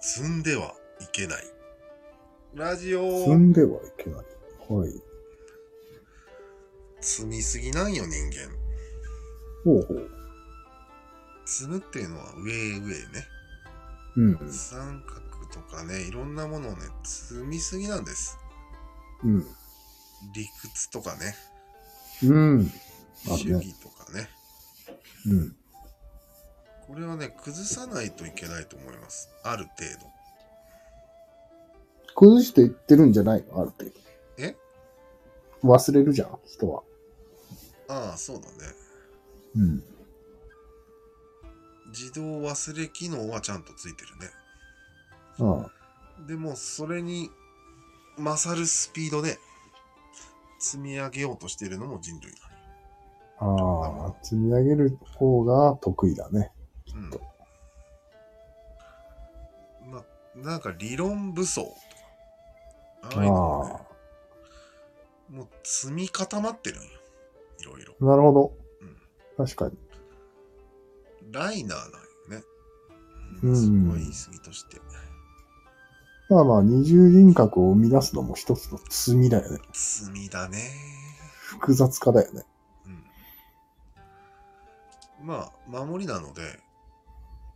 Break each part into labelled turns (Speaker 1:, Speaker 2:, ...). Speaker 1: 積んではいけない。ラジ
Speaker 2: 積
Speaker 1: オ
Speaker 2: んではいけない。はい。
Speaker 1: 積みすぎなんよ、人間。
Speaker 2: ほうほう。
Speaker 1: 積むっていうのは上へ上へね。
Speaker 2: うん。
Speaker 1: 三角とかね、いろんなものをね、積みすぎなんです。
Speaker 2: うん。
Speaker 1: 理屈とかね、
Speaker 2: うん。あ
Speaker 1: 主
Speaker 2: るね。
Speaker 1: 義とかね。
Speaker 2: うん。
Speaker 1: これはね、崩さないといけないと思います。ある程度。
Speaker 2: 崩していってるんじゃないのある程度。
Speaker 1: え
Speaker 2: 忘れるじゃん、人は。
Speaker 1: ああ、そうだね。
Speaker 2: うん。
Speaker 1: 自動忘れ機能はちゃんとついてるね。
Speaker 2: ああ。
Speaker 1: でも、それに勝るスピードで積み上げようとしているのも人類だ。
Speaker 2: ああ、積み上げる方が得意だね。
Speaker 1: うん。まあ、なんか理論武装とか。ああいうのがね
Speaker 2: あ
Speaker 1: もう積み固まってるんよ。いろいろ。
Speaker 2: あ、なるほど
Speaker 1: うん。
Speaker 2: 確かに。
Speaker 1: ライナーなんよね。
Speaker 2: うん
Speaker 1: すごい言い過ぎとして。
Speaker 2: まあまあ、二重人格を生み出すのも一つの積みだよね。
Speaker 1: 積みだね。
Speaker 2: 複雑化だよね。
Speaker 1: うん。まあ、守りなので、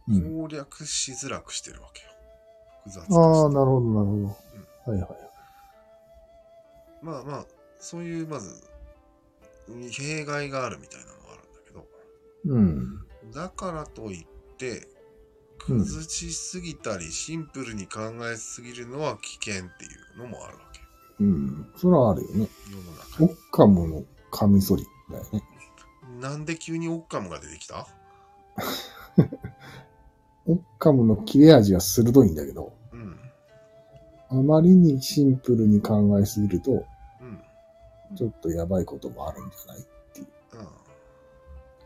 Speaker 2: うん。
Speaker 1: 攻略しづらくしてるわけよ。複雑化して
Speaker 2: ああ、なるほど、なるほど。はいはい。
Speaker 1: まあまあ、そういう、まず、うん弊害があるみたいなのはあるんだけど、
Speaker 2: うん。
Speaker 1: だからといって、
Speaker 2: うん
Speaker 1: 崩しすぎたり、シンプルに考えすぎるのは危険っていうのもあるわけよ。
Speaker 2: うん。それはあるよね。
Speaker 1: 世の中
Speaker 2: オ
Speaker 1: に
Speaker 2: ッ。カムのカミソリだよね。
Speaker 1: なんで急にオッカムが出てきた
Speaker 2: オッカムの切れ味は鋭いんだけど、
Speaker 1: うん。
Speaker 2: あまりにシンプルに考えすぎると、
Speaker 1: うん。
Speaker 2: ちょっとやばいこともあるんじゃない
Speaker 1: う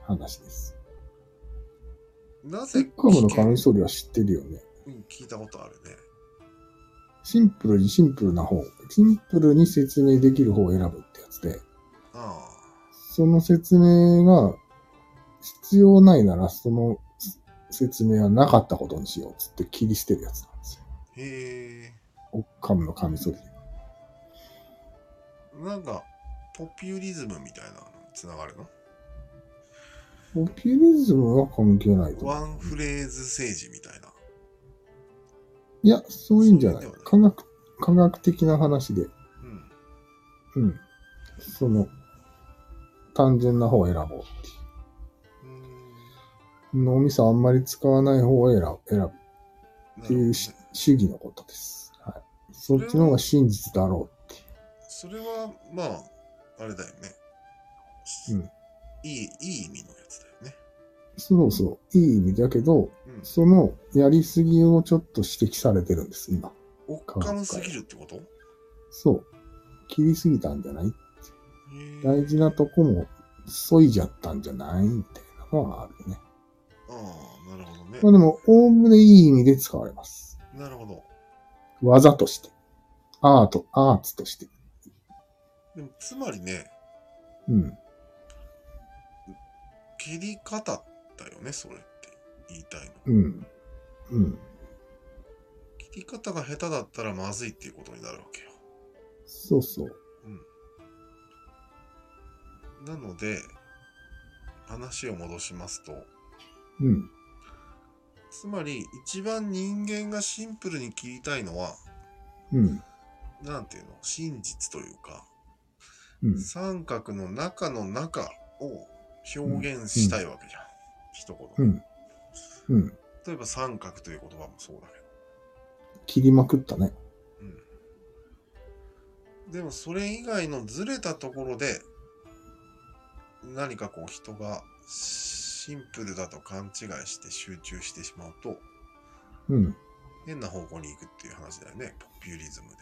Speaker 2: 話です。
Speaker 1: ん。な
Speaker 2: オ
Speaker 1: ぜ
Speaker 2: ッカムのカミソリは知ってるよね。
Speaker 1: うん聞いたことあるね。
Speaker 2: シンプルにシンプルな方、シンプルに説明できる方を選ぶってやつで、
Speaker 1: あ
Speaker 2: その説明が必要ないなら、その説明はなかったことにしようっつって切り捨てるやつなんですよ。
Speaker 1: あ。へえ。
Speaker 2: オッカムのカミソリ。
Speaker 1: なんか、ポピュリズムみたいなのにつながるの
Speaker 2: ポピュリズムは関係ないと思う。
Speaker 1: ワンフレーズ政治みたいな。
Speaker 2: いや、そういうんじゃない
Speaker 1: そういうの。
Speaker 2: 科学、科学的な話で、
Speaker 1: うん。
Speaker 2: うん。その、単純な方を選ぼうっていう。脳みそあんまり使わない方を選ぶ、選ぶ
Speaker 1: うん
Speaker 2: っていうし
Speaker 1: なるほどね
Speaker 2: 主義のことです。はい。そっちの方が真実だろうって
Speaker 1: それは、まあ、あれだよね。
Speaker 2: うん
Speaker 1: いい、いい意味のやつだよね。
Speaker 2: いう。そうそう。いい意味だけ
Speaker 1: う
Speaker 2: ど、
Speaker 1: ん。
Speaker 2: そのやりすぎをちょっと指摘されてるんです、今。
Speaker 1: おっかむすぎるってことへ
Speaker 2: そう。切りすぎたんじゃない
Speaker 1: え
Speaker 2: 大事なとこも、削いじゃったんじゃないみたいなのはあるよね。
Speaker 1: ああ、なるほどね
Speaker 2: ま。あでも、おおむねいい意味で使われます。
Speaker 1: なるほど。
Speaker 2: 技として。アート、アーツとして。
Speaker 1: でも、つまりね、
Speaker 2: うん。
Speaker 1: 切り方だよね、それって言いたいの。
Speaker 2: うん。うん。
Speaker 1: 切り方が下手だったらまずいっていうことになるわけよ。
Speaker 2: そうそう。
Speaker 1: うん。なので、話を戻しますと、
Speaker 2: うん。
Speaker 1: つまり一番人間がシンプルに切りたいのは、
Speaker 2: うん。
Speaker 1: なんていうの、真実というか、
Speaker 2: うん。
Speaker 1: 三角の中の中を表現したいわけじゃん。一
Speaker 2: う
Speaker 1: 言。
Speaker 2: ん。うん。
Speaker 1: 例えば三角という言葉もそうだけど。
Speaker 2: 切りまくったね。
Speaker 1: うん。でもそれ以外のずれたところで、何かこう人がシンプルだと勘違いして集中してしまうと、
Speaker 2: うん。
Speaker 1: 変な方向に行くっていう話だよね、ポピュリズムで。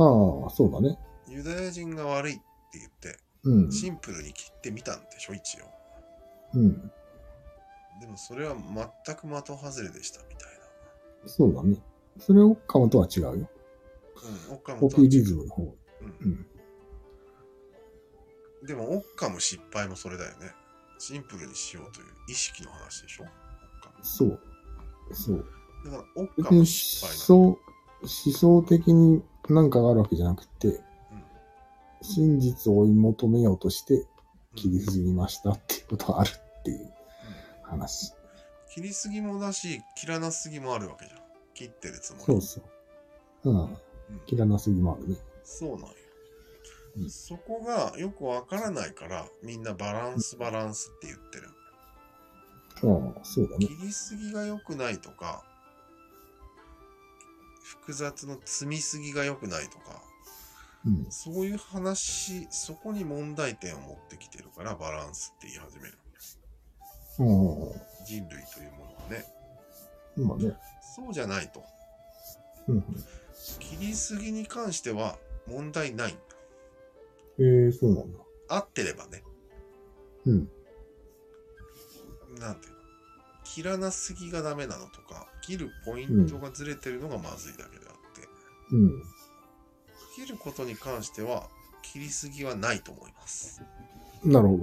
Speaker 2: ああ、そうだね。
Speaker 1: ユダヤ人が悪いって言って、
Speaker 2: うん。
Speaker 1: シンプルに切ってみたんでしょ、一応。
Speaker 2: うん。
Speaker 1: でもそれは全く的外れでしたみたい
Speaker 2: そうだね。それをカムとは違うよ。
Speaker 1: な。うん、オッカム
Speaker 2: ポ
Speaker 1: と
Speaker 2: ピ
Speaker 1: は
Speaker 2: ュ
Speaker 1: 違
Speaker 2: リ
Speaker 1: う
Speaker 2: ズムの方。うん。
Speaker 1: うん、でもオッカム失敗もそれだよね。シンプルにしようという意識の話でしょ。オッカム
Speaker 2: そう。そう。
Speaker 1: だから、おっ
Speaker 2: 別
Speaker 1: か
Speaker 2: に
Speaker 1: も
Speaker 2: 思
Speaker 1: 失敗なの。
Speaker 2: 想、思想的に何かがあるわけじゃなくて、
Speaker 1: うん
Speaker 2: 真実を追い求めようとして切り
Speaker 1: うん
Speaker 2: すぎましたっていうことがあるっていう話。
Speaker 1: 切りすぎもだし、切らなすぎもあるわけじゃん。切ってるつもり。
Speaker 2: そうそう。うん。
Speaker 1: うん
Speaker 2: 切らなすぎもあるね。
Speaker 1: そうなんよ、
Speaker 2: うん
Speaker 1: そこがよくわからないから、みんなバランスバランスって言ってる。
Speaker 2: ああ、そうだね。
Speaker 1: 切りすぎが良くないとか、複雑の積みすぎが良くないとか、
Speaker 2: うん。
Speaker 1: そういう話、そこに問題点を持ってきてるから、バランスって言い始める。
Speaker 2: うん。
Speaker 1: 人類というものはね。
Speaker 2: 今ね。
Speaker 1: そうじゃないと。
Speaker 2: うん。
Speaker 1: 切りすぎに関しては問題ない。
Speaker 2: ええそうなんだ。
Speaker 1: 合ってればね。
Speaker 2: うん。
Speaker 1: なんていうの切らなすぎがダメなのとか切るポイントがずれてるのがまずいだけであって、
Speaker 2: うん。
Speaker 1: 切ることに関しては切りすぎはないと思います
Speaker 2: なるほ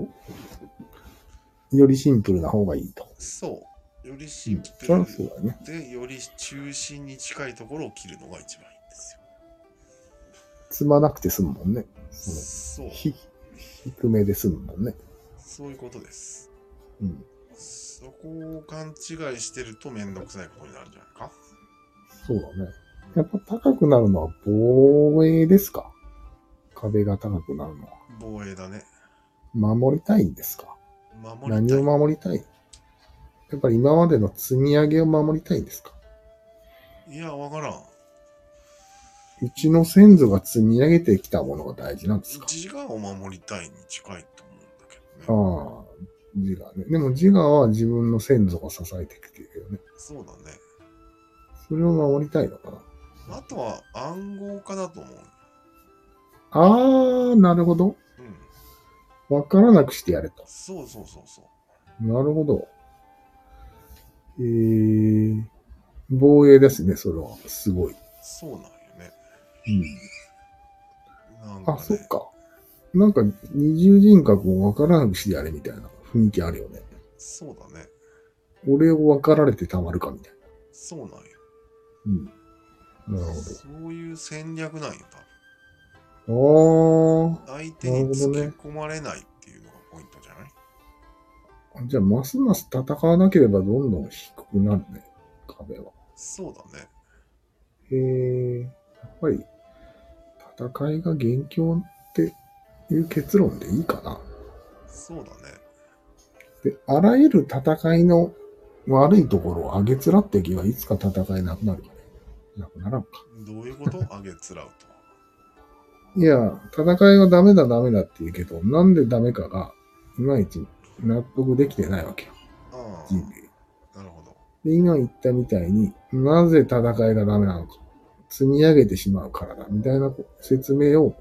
Speaker 2: ど。よりシンプルな方がいいと。
Speaker 1: そうよりシンプル
Speaker 2: うんそりゃそうだね。
Speaker 1: でより中心に近いところを切るのが一番いいんですよ
Speaker 2: 積まなくて済むもんね。
Speaker 1: そう
Speaker 2: ひ、低めで済むもんね。
Speaker 1: そういうことです
Speaker 2: うん。
Speaker 1: そこを勘違いしてると面倒くさいことになるんじゃないか
Speaker 2: そうだね。やっぱ高くなるのは防衛ですか壁が高くなるのは。
Speaker 1: 防衛だね
Speaker 2: 守りたいんですか
Speaker 1: 守り
Speaker 2: 何
Speaker 1: た
Speaker 2: を
Speaker 1: い
Speaker 2: 守りたいやっぱり今までの積み上げを守りたいんですか
Speaker 1: いやわからん
Speaker 2: うちの先祖が積み上げてきたものが大事なんですか
Speaker 1: 自我を守りたいに近いと思うんだけ
Speaker 2: あ
Speaker 1: どね
Speaker 2: あ、自我ね。でも自我は自分の先祖が支えてきてるよね。
Speaker 1: そうだね
Speaker 2: それを守りたいのかな
Speaker 1: あとは暗号化だと思う。
Speaker 2: ああ、なるほど。
Speaker 1: うん。
Speaker 2: わからなくしてやれと。
Speaker 1: そうそうそうそう。
Speaker 2: なるほど。えー、防衛ですね、それは。すごい。
Speaker 1: そうなんよね。
Speaker 2: うん、
Speaker 1: なんか、
Speaker 2: あ、
Speaker 1: ね、
Speaker 2: そっか。なんか、二重人格をわからなくしてやれみたいな雰囲気あるよね。
Speaker 1: そうだね。
Speaker 2: 俺を分かられてたまるかみたいな。
Speaker 1: そうなんよ。
Speaker 2: うん。なる
Speaker 1: そういう戦略なんよ、多分。
Speaker 2: ほど。あ
Speaker 1: 相手に突き込まれないっていうのがポイントじゃない
Speaker 2: あ。じゃあ、ますます戦わなければどんどん低くなるね。壁は。
Speaker 1: そうだね。
Speaker 2: へえ。やっぱり、戦いが元凶っていう結論でいいかな。
Speaker 1: そうだね。
Speaker 2: で、あらゆる戦いの悪いところを上げつらっていけば、いつか戦いなくなるよね。なくならんか。
Speaker 1: どういうこと あげつらうと。
Speaker 2: いや、戦いはダメだダメだって言うけど、なんでダメかが、いまいち納得できてないわけよ。
Speaker 1: あ
Speaker 2: 人類。
Speaker 1: あ、なるほど。
Speaker 2: で、今言ったみたいに、なぜ戦いがダメなのか。積み上げてしまうからだ、みたいなこ説明を、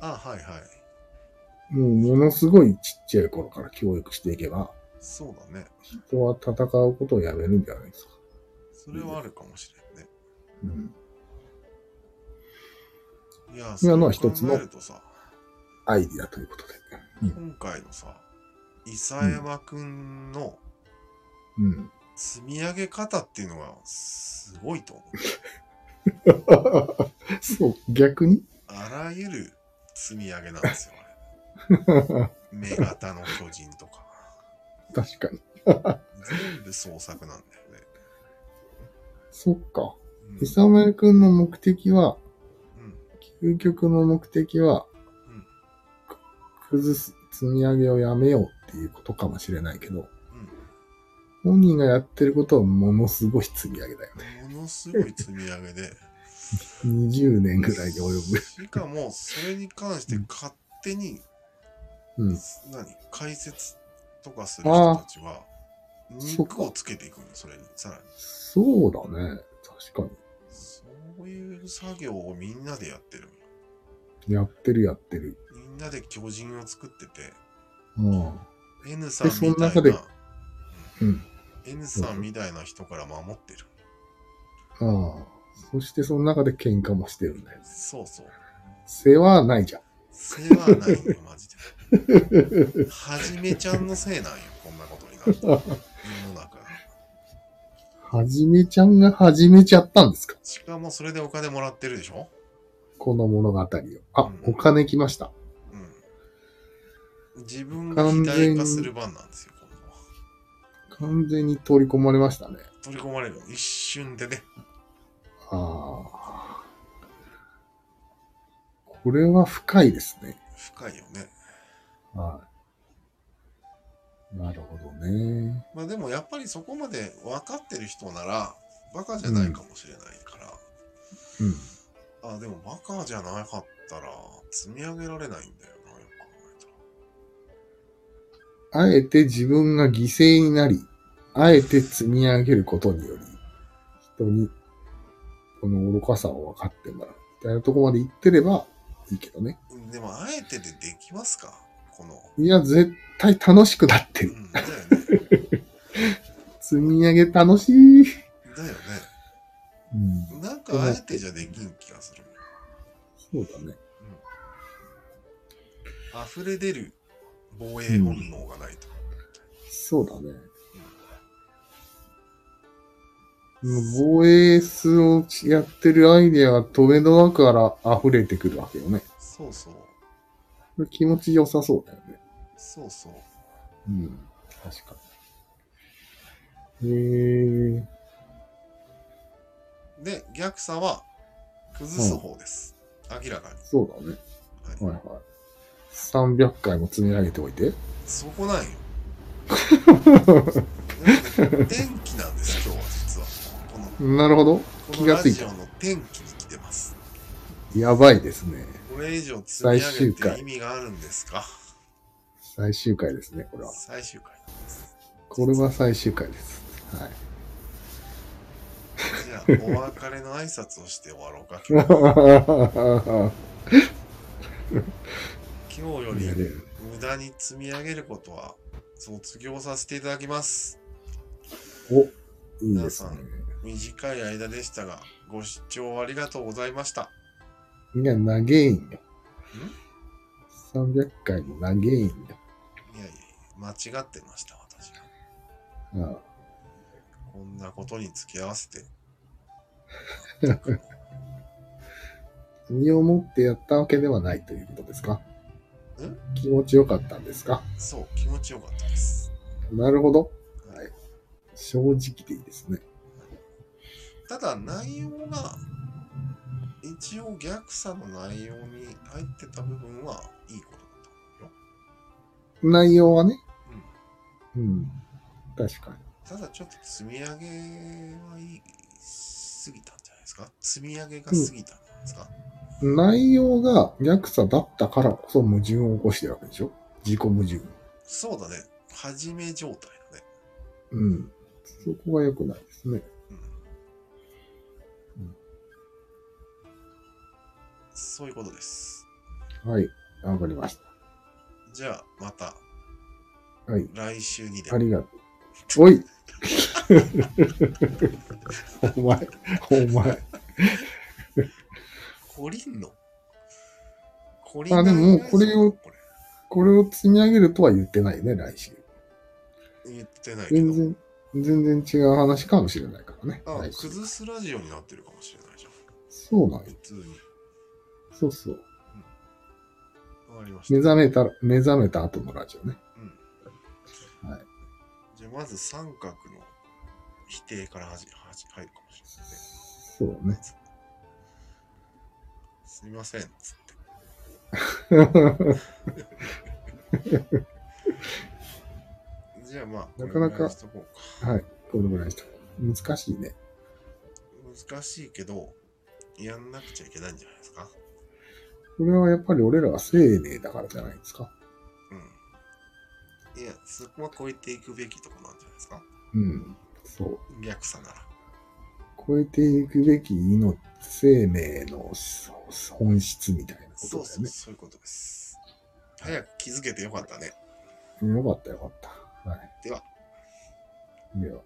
Speaker 1: あはいはい。
Speaker 2: もうものすごいちっちゃい頃から教育していけば、
Speaker 1: そうだね。
Speaker 2: 人は戦うことをやめるんじゃないですか。
Speaker 1: それはあるかもしれんね。
Speaker 2: うん。
Speaker 1: いや、
Speaker 2: 今のは
Speaker 1: そう
Speaker 2: 一つの
Speaker 1: 考えるとさ、
Speaker 2: アイディアということで。
Speaker 1: 今回のさ、伊佐山くんの、
Speaker 2: うん。うん。
Speaker 1: 積み上げ方っていうのがすごいと思う。
Speaker 2: そう、逆に
Speaker 1: あらゆる積み上げなんですよ、あ
Speaker 2: 確か
Speaker 1: れ。目型の巨人とか。
Speaker 2: に。
Speaker 1: 全部創作なんだよね。
Speaker 2: そっか。
Speaker 1: うん
Speaker 2: イサムエ君の目的は、
Speaker 1: うん
Speaker 2: 究極の目的は、
Speaker 1: うん
Speaker 2: 崩す、積み上げをやめようっていうことかもしれないけ
Speaker 1: う
Speaker 2: ど、
Speaker 1: ん
Speaker 2: 本人がやってることはものすごい積み上げだよね。
Speaker 1: ものすごい積み上げで。
Speaker 2: 20年 ぐらいに及
Speaker 1: しかも、それに関して勝手に、
Speaker 2: ぶ。うん。
Speaker 1: 何解説とかする人たちは、
Speaker 2: そっか
Speaker 1: 肉をつけていくの、それに。さらに。
Speaker 2: そうだね。確か
Speaker 1: そういう作業をみんなでやってる。
Speaker 2: に。やってるやってる。
Speaker 1: みんなで巨人を作ってて、
Speaker 2: うん。
Speaker 1: N さん
Speaker 2: その
Speaker 1: みた
Speaker 2: 中
Speaker 1: い
Speaker 2: で
Speaker 1: な。
Speaker 2: うん。
Speaker 1: N さんみたいな人から守ってる。
Speaker 2: ああ。そしてその中で喧嘩もしてるんだよ。
Speaker 1: そうそう。
Speaker 2: 世話はないじゃん。
Speaker 1: せはないよ、マジ で。はじめちゃんのせいなんよ、こんなことになった。世の中が。
Speaker 2: はじめちゃんが始めちゃったんですか
Speaker 1: しかもそれでお金もらってるでしょ
Speaker 2: この物語を。あ
Speaker 1: うん、
Speaker 2: お金来ました。
Speaker 1: うん。自分が肥大化する番なんですよ、この子は
Speaker 2: 完全に取り込まれましたね。
Speaker 1: 取り込まれるの一瞬でね。
Speaker 2: ああ。これは深いですね。
Speaker 1: 深いよね。
Speaker 2: はい。なるほどね。
Speaker 1: まあでもやっぱりそこまで分かってる人なら、バカじゃないかもしれないから。
Speaker 2: うん。
Speaker 1: あ、でもバカじゃなかったら、積み上げられないんだよな、よく考えたら。
Speaker 2: あえて自分が犠牲になり、あえて積み上げることにより、人にこの愚かさを分かってもらう。みたいなとこまで行ってればいいけどね。
Speaker 1: でも、あえてでできますかこの。
Speaker 2: いや、絶対楽しくなって
Speaker 1: う
Speaker 2: る。
Speaker 1: ん、だよね。
Speaker 2: 積み上げ楽しい。う
Speaker 1: だよ
Speaker 2: ん。
Speaker 1: ね。なんか、あえてじゃできん気がする。
Speaker 2: そうだね。
Speaker 1: 溢れ出る防衛本能がないと。
Speaker 2: そうだね。もう防衛数をやってるアイデアが止めの中から溢れてくるわけよね。
Speaker 1: そうそう。
Speaker 2: これ気持ち良さそうだよね。
Speaker 1: そうそう。
Speaker 2: うん。確かに。へえ。
Speaker 1: で、逆さは、崩す方です。明らかに。
Speaker 2: そうだね。
Speaker 1: はい
Speaker 2: はいはい。300回も積み上げておいて。
Speaker 1: そこ なんよ。天気なんです、今日は実は。この、
Speaker 2: なるほど。
Speaker 1: こ
Speaker 2: 気
Speaker 1: の
Speaker 2: が
Speaker 1: ラ
Speaker 2: つい
Speaker 1: ジ
Speaker 2: た
Speaker 1: オの天気に来てます。
Speaker 2: やばいですね。
Speaker 1: これ以上積み上げ
Speaker 2: 最終
Speaker 1: て
Speaker 2: 回
Speaker 1: 意味があるんですか
Speaker 2: 最終回ですね、これは。
Speaker 1: 最終回なんです。
Speaker 2: これは最終回です。はい。
Speaker 1: じゃあ、お別れの挨拶をして終わろ うか。今日今日より
Speaker 2: やれる
Speaker 1: 無駄に積み上げることは卒業させていただきます。
Speaker 2: お、いいですね。
Speaker 1: 短い間でしたが、ご視聴ありがとうございました。
Speaker 2: いや、長いんよ。300回も長いんよ。
Speaker 1: いやいや、間違ってました、私が。
Speaker 2: あ
Speaker 1: こんなことに付き合わせて。
Speaker 2: あ身をもってやったわけではないということですか
Speaker 1: ん
Speaker 2: 気持ちよかったんですか
Speaker 1: そう、気持ちよかったです。
Speaker 2: なるほど。
Speaker 1: はい
Speaker 2: 正直でいいですね。
Speaker 1: ただ、内容が、一応逆さの内容に入ってた部分はいいことだったよ。
Speaker 2: 内容はね。
Speaker 1: うん
Speaker 2: うん。確か
Speaker 1: ただちょっと積み上げはいいすぎたんじゃないですか積み上げが過ぎたんじゃないですか、
Speaker 2: に。内容が逆さだったからこそ矛盾を起こしてるわけでしょ自己矛盾。
Speaker 1: そうだね。始め状態だね。
Speaker 2: うん。そこが良くないですね。
Speaker 1: うん。
Speaker 2: うん
Speaker 1: そういうことです。
Speaker 2: はい。わかりまし
Speaker 1: じゃあ、また
Speaker 2: た。はい。
Speaker 1: 来週にで
Speaker 2: ありがとう。おい お前、お前。
Speaker 1: 懲りんの懲り
Speaker 2: あ
Speaker 1: ない
Speaker 2: でもこれを
Speaker 1: こ
Speaker 2: これを積み上げるとは言ってないね、来週。
Speaker 1: れ言ってないけ
Speaker 2: 全
Speaker 1: ど。
Speaker 2: 然、全然違う話かもしれないからね。
Speaker 1: あ、
Speaker 2: 来週
Speaker 1: 崩すラジオになってるかもしれないじゃん。
Speaker 2: そうなんよ
Speaker 1: 普通に。
Speaker 2: そうそう。
Speaker 1: わかりました。
Speaker 2: 目覚めた、目覚めた後のラジオね。
Speaker 1: うん
Speaker 2: はい
Speaker 1: じゃあまず三角の否定から始始入るかもしれないね。
Speaker 2: そう ね。
Speaker 1: すみませんっつって。じゃあまあ、
Speaker 2: なかな
Speaker 1: これぐらい
Speaker 2: か
Speaker 1: にしとこう
Speaker 2: はい。このぐらいにした。難しいね。
Speaker 1: か難しいけど、やんなくちゃいけないんじゃないですか。
Speaker 2: これはやっぱり俺らは生命だからじゃないですか。
Speaker 1: うん。いや、そこは超えていくべきとこなんじゃないですか。
Speaker 2: うん。そう。
Speaker 1: 逆さなら。
Speaker 2: 超えていくべき命、生命のそう本質みたいなことだ
Speaker 1: そう
Speaker 2: よね。
Speaker 1: そう、そういうことです。早く気づけてよかったね。
Speaker 2: よかったよかった。はい。
Speaker 1: では。
Speaker 2: では。